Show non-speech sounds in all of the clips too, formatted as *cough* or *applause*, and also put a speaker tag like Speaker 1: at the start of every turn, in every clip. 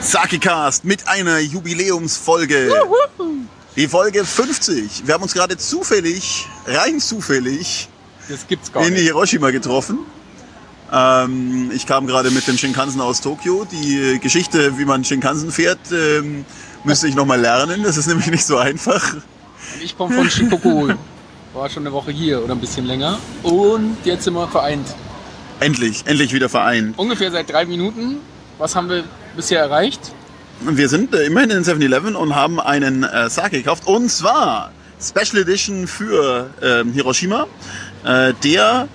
Speaker 1: Sakicast mit einer Jubiläumsfolge. Die Folge 50. Wir haben uns gerade zufällig, rein zufällig,
Speaker 2: Das gibt's gar
Speaker 1: in
Speaker 2: nicht.
Speaker 1: Hiroshima getroffen. Ähm, ich kam gerade mit dem Shinkansen aus Tokio. Die äh, Geschichte, wie man Shinkansen fährt, ähm, müsste ich nochmal lernen. Das ist nämlich nicht so einfach.
Speaker 2: Und ich komme von *laughs* Shikoku. War schon eine Woche hier oder ein bisschen länger. Und jetzt sind wir vereint.
Speaker 1: Endlich, endlich wieder vereint.
Speaker 2: Ungefähr seit drei Minuten. Was haben wir bisher erreicht?
Speaker 1: Und Wir sind äh, immerhin in 7-Eleven und haben einen äh, Sake gekauft. Und zwar Special Edition für ähm, Hiroshima. Äh, der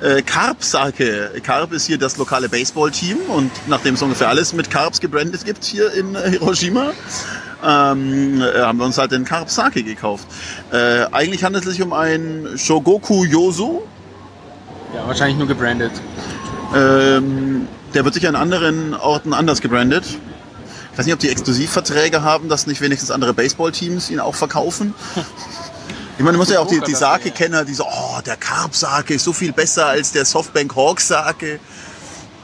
Speaker 1: äh, Carp Sake. Carp ist hier das lokale Baseballteam und nachdem es ungefähr alles mit Carps gebrandet gibt hier in äh, Hiroshima, ähm, äh, haben wir uns halt den Carp Sake gekauft. Äh, eigentlich handelt es sich um einen Shogoku Yosu.
Speaker 2: Ja, wahrscheinlich nur gebrandet.
Speaker 1: Ähm, der wird sicher an anderen Orten anders gebrandet. Ich weiß nicht, ob die Exklusivverträge haben, dass nicht wenigstens andere Baseballteams ihn auch *laughs* verkaufen. Ich meine, du musst ja auch die, die Sake-Kenner, die so, oh, der Carp-Sake ist so viel besser als der Softbank Hawk-Sake.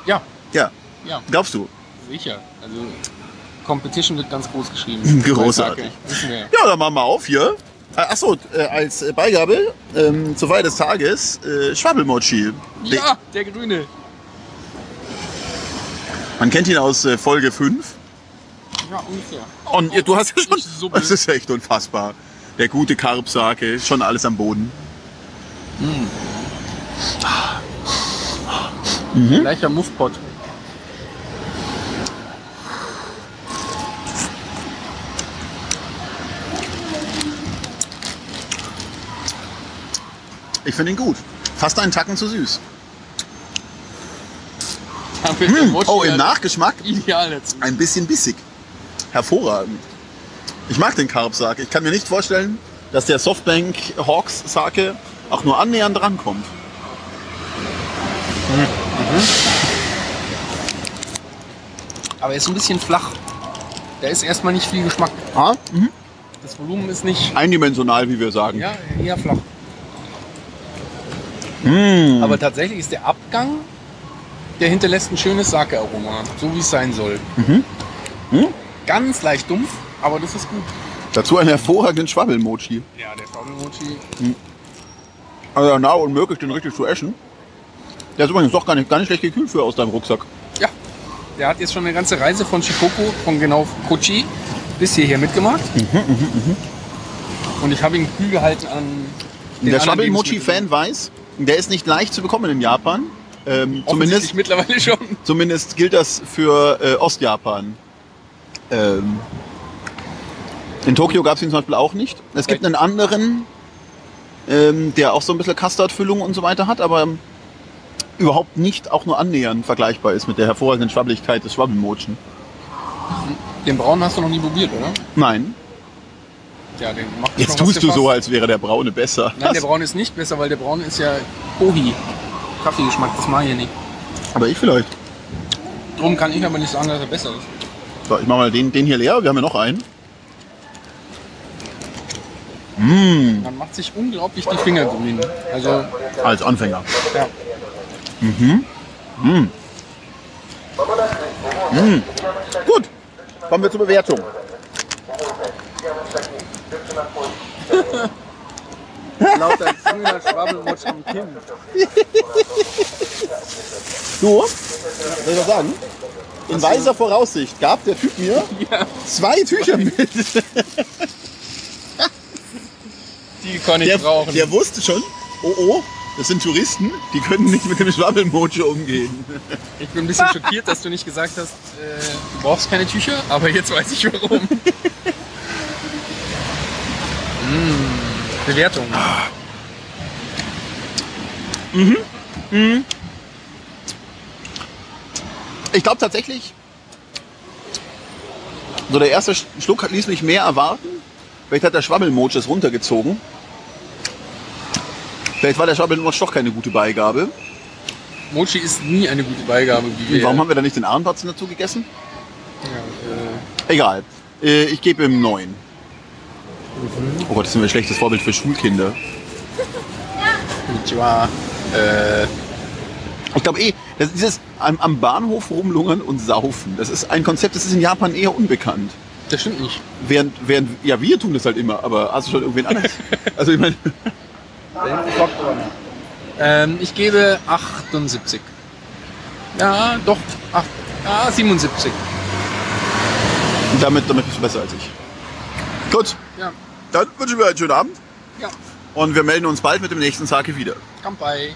Speaker 2: Ja,
Speaker 1: Ja,
Speaker 2: ja,
Speaker 1: glaubst du?
Speaker 2: sicher. Also Competition wird ganz groß *laughs* geschrieben.
Speaker 1: Großartig.
Speaker 2: Bei Sake. Wissen wir.
Speaker 1: Ja, dann machen wir auf hier. Achso, als äh, Beigabe ähm, zur Feier des Tages äh, Schwabbelmochi. De-
Speaker 2: Ja, der Grüne.
Speaker 1: Man kennt ihn aus äh, Folge 5.
Speaker 2: Ja, ungefähr.
Speaker 1: Und ihr- du hast ja
Speaker 2: Ich
Speaker 1: schon. *laughs*
Speaker 2: suppe.
Speaker 1: Das ist echt unfassbar. Der gute Karpsake, ist schon alles am Boden.
Speaker 2: Gleicher Muffpot.
Speaker 1: Ich finde ihn gut. Fast einen Tacken zu süß.
Speaker 2: Da wird der Mochi
Speaker 1: Oh, im
Speaker 2: ja
Speaker 1: Nachgeschmack
Speaker 2: Ideal dazu.
Speaker 1: ein bisschen bissig. Hervorragend. Ich mag den Karpsake. Ich kann mir nicht vorstellen, dass der Softbank Hawks Sake auch nur annähernd rankommt.
Speaker 2: Aber er ist ein bisschen flach. Da ist erstmal nicht viel Geschmack.
Speaker 1: Ah, mhm.
Speaker 2: Das Volumen ist nicht.
Speaker 1: Eindimensional, wie wir sagen.
Speaker 2: Ja, eher flach.
Speaker 1: Hm.
Speaker 2: Aber tatsächlich ist der Abgang, der hinterlässt ein schönes Sake-Aroma, so wie es sein soll.
Speaker 1: Mhm. Hm?
Speaker 2: Ganz leicht dumpf, aber das ist gut.
Speaker 1: Dazu einen hervorragenden Schwabbelmochi.
Speaker 2: Ja, der Schaumelmochi.
Speaker 1: Also na, unmöglich, den richtig zu essen. Der ist übrigens doch gar nicht, gar nicht schlecht gekühlt für aus deinem Rucksack.
Speaker 2: Ja, der hat jetzt schon eine ganze Reise von Shikoku, von genau Kochi, bis hierher mitgemacht.
Speaker 1: Mhm,
Speaker 2: Und ich habe ihn kühl gehalten an den
Speaker 1: der
Speaker 2: anderen Lebensmitteln.
Speaker 1: Schwabbelmochi-Fan weiß, der ist nicht leicht zu bekommen in Japan. Ähm, zumindest
Speaker 2: Offensichtlich mittlerweile schon.
Speaker 1: Zumindest gilt das für äh, Ostjapan. Ähm, in Tokio gab es ihn zum Beispiel auch nicht. Es gibt einen anderen, ähm, der auch so ein bisschen Custardfüllung und so weiter hat, aber ähm, überhaupt nicht auch nur annähernd vergleichbar ist mit der hervorragenden Schwabbeligkeit des Schwabbelmotschen.
Speaker 2: Den braunen hast du noch nie probiert, oder?
Speaker 1: Nein,
Speaker 2: Ja, den macht
Speaker 1: jetzt tust du so, als wäre der braune besser.
Speaker 2: Nein,
Speaker 1: *laughs*
Speaker 2: der braune ist nicht besser, weil der braune ist ja Kohi. Kaffeegeschmack, das mag ich ja nicht.
Speaker 1: aber ich vielleicht.
Speaker 2: Drum kann ich aber nicht sagen, dass er besser ist.
Speaker 1: So, ich mach mal den, den hier leer. Wir haben ja noch einen.
Speaker 2: Man macht sich unglaublich die Finger grün. Also,
Speaker 1: Als Anfänger.
Speaker 2: ja.
Speaker 1: Gut, kommen wir zur Bewertung.
Speaker 2: Lauter grüner Schwabbelmutsch am Kinn.
Speaker 1: Du, soll ich was sagen? In weiser Voraussicht gab der Typ *laughs* mir zwei Tücher mit.
Speaker 2: Die kann ich
Speaker 1: Der,
Speaker 2: brauchen.
Speaker 1: der wusste schon, oh oh, das sind Touristen, die können nicht mit dem Schwabbelmojo umgehen.
Speaker 2: Ich bin ein bisschen schockiert, dass du nicht gesagt hast, äh, du brauchst keine Tücher, aber jetzt weiß ich warum.
Speaker 1: *laughs*
Speaker 2: Mm, Bewertung.
Speaker 1: Ich glaube tatsächlich, so der erste Schluck ließ mich mehr erwarten. Vielleicht hat der Schwabbelmojo es runtergezogen. Vielleicht war der Schwabbelmojo doch keine gute Beigabe.
Speaker 2: Mochi ist nie eine gute Beigabe, wie wir.
Speaker 1: Warum haben wir da nicht den Ahrenbatzen dazu gegessen?
Speaker 2: ja,
Speaker 1: Egal. Äh, Ich gebe ihm 9. Oh Gott, das ist ein schlechtes Vorbild für Schulkinder.
Speaker 2: äh, Konnichiwa. äh,
Speaker 1: Ich glaube eh, Das, dieses am, am Bahnhof rumlungern und saufen, das ist ein Konzept, das ist in Japan eher unbekannt.
Speaker 2: Das stimmt nicht.
Speaker 1: Während, während, ja, wir tun das halt immer, aber hast du schon irgendwen anders? Also ich meine,
Speaker 2: Ähm, ich gebe 78. Ja, doch, acht, ah, 77.
Speaker 1: damit, damit bist du besser als ich. Gut,
Speaker 2: Ja,
Speaker 1: dann wünschen wir einen schönen Abend
Speaker 2: ja,
Speaker 1: und wir melden uns bald mit dem nächsten Sake wieder.
Speaker 2: Kampai.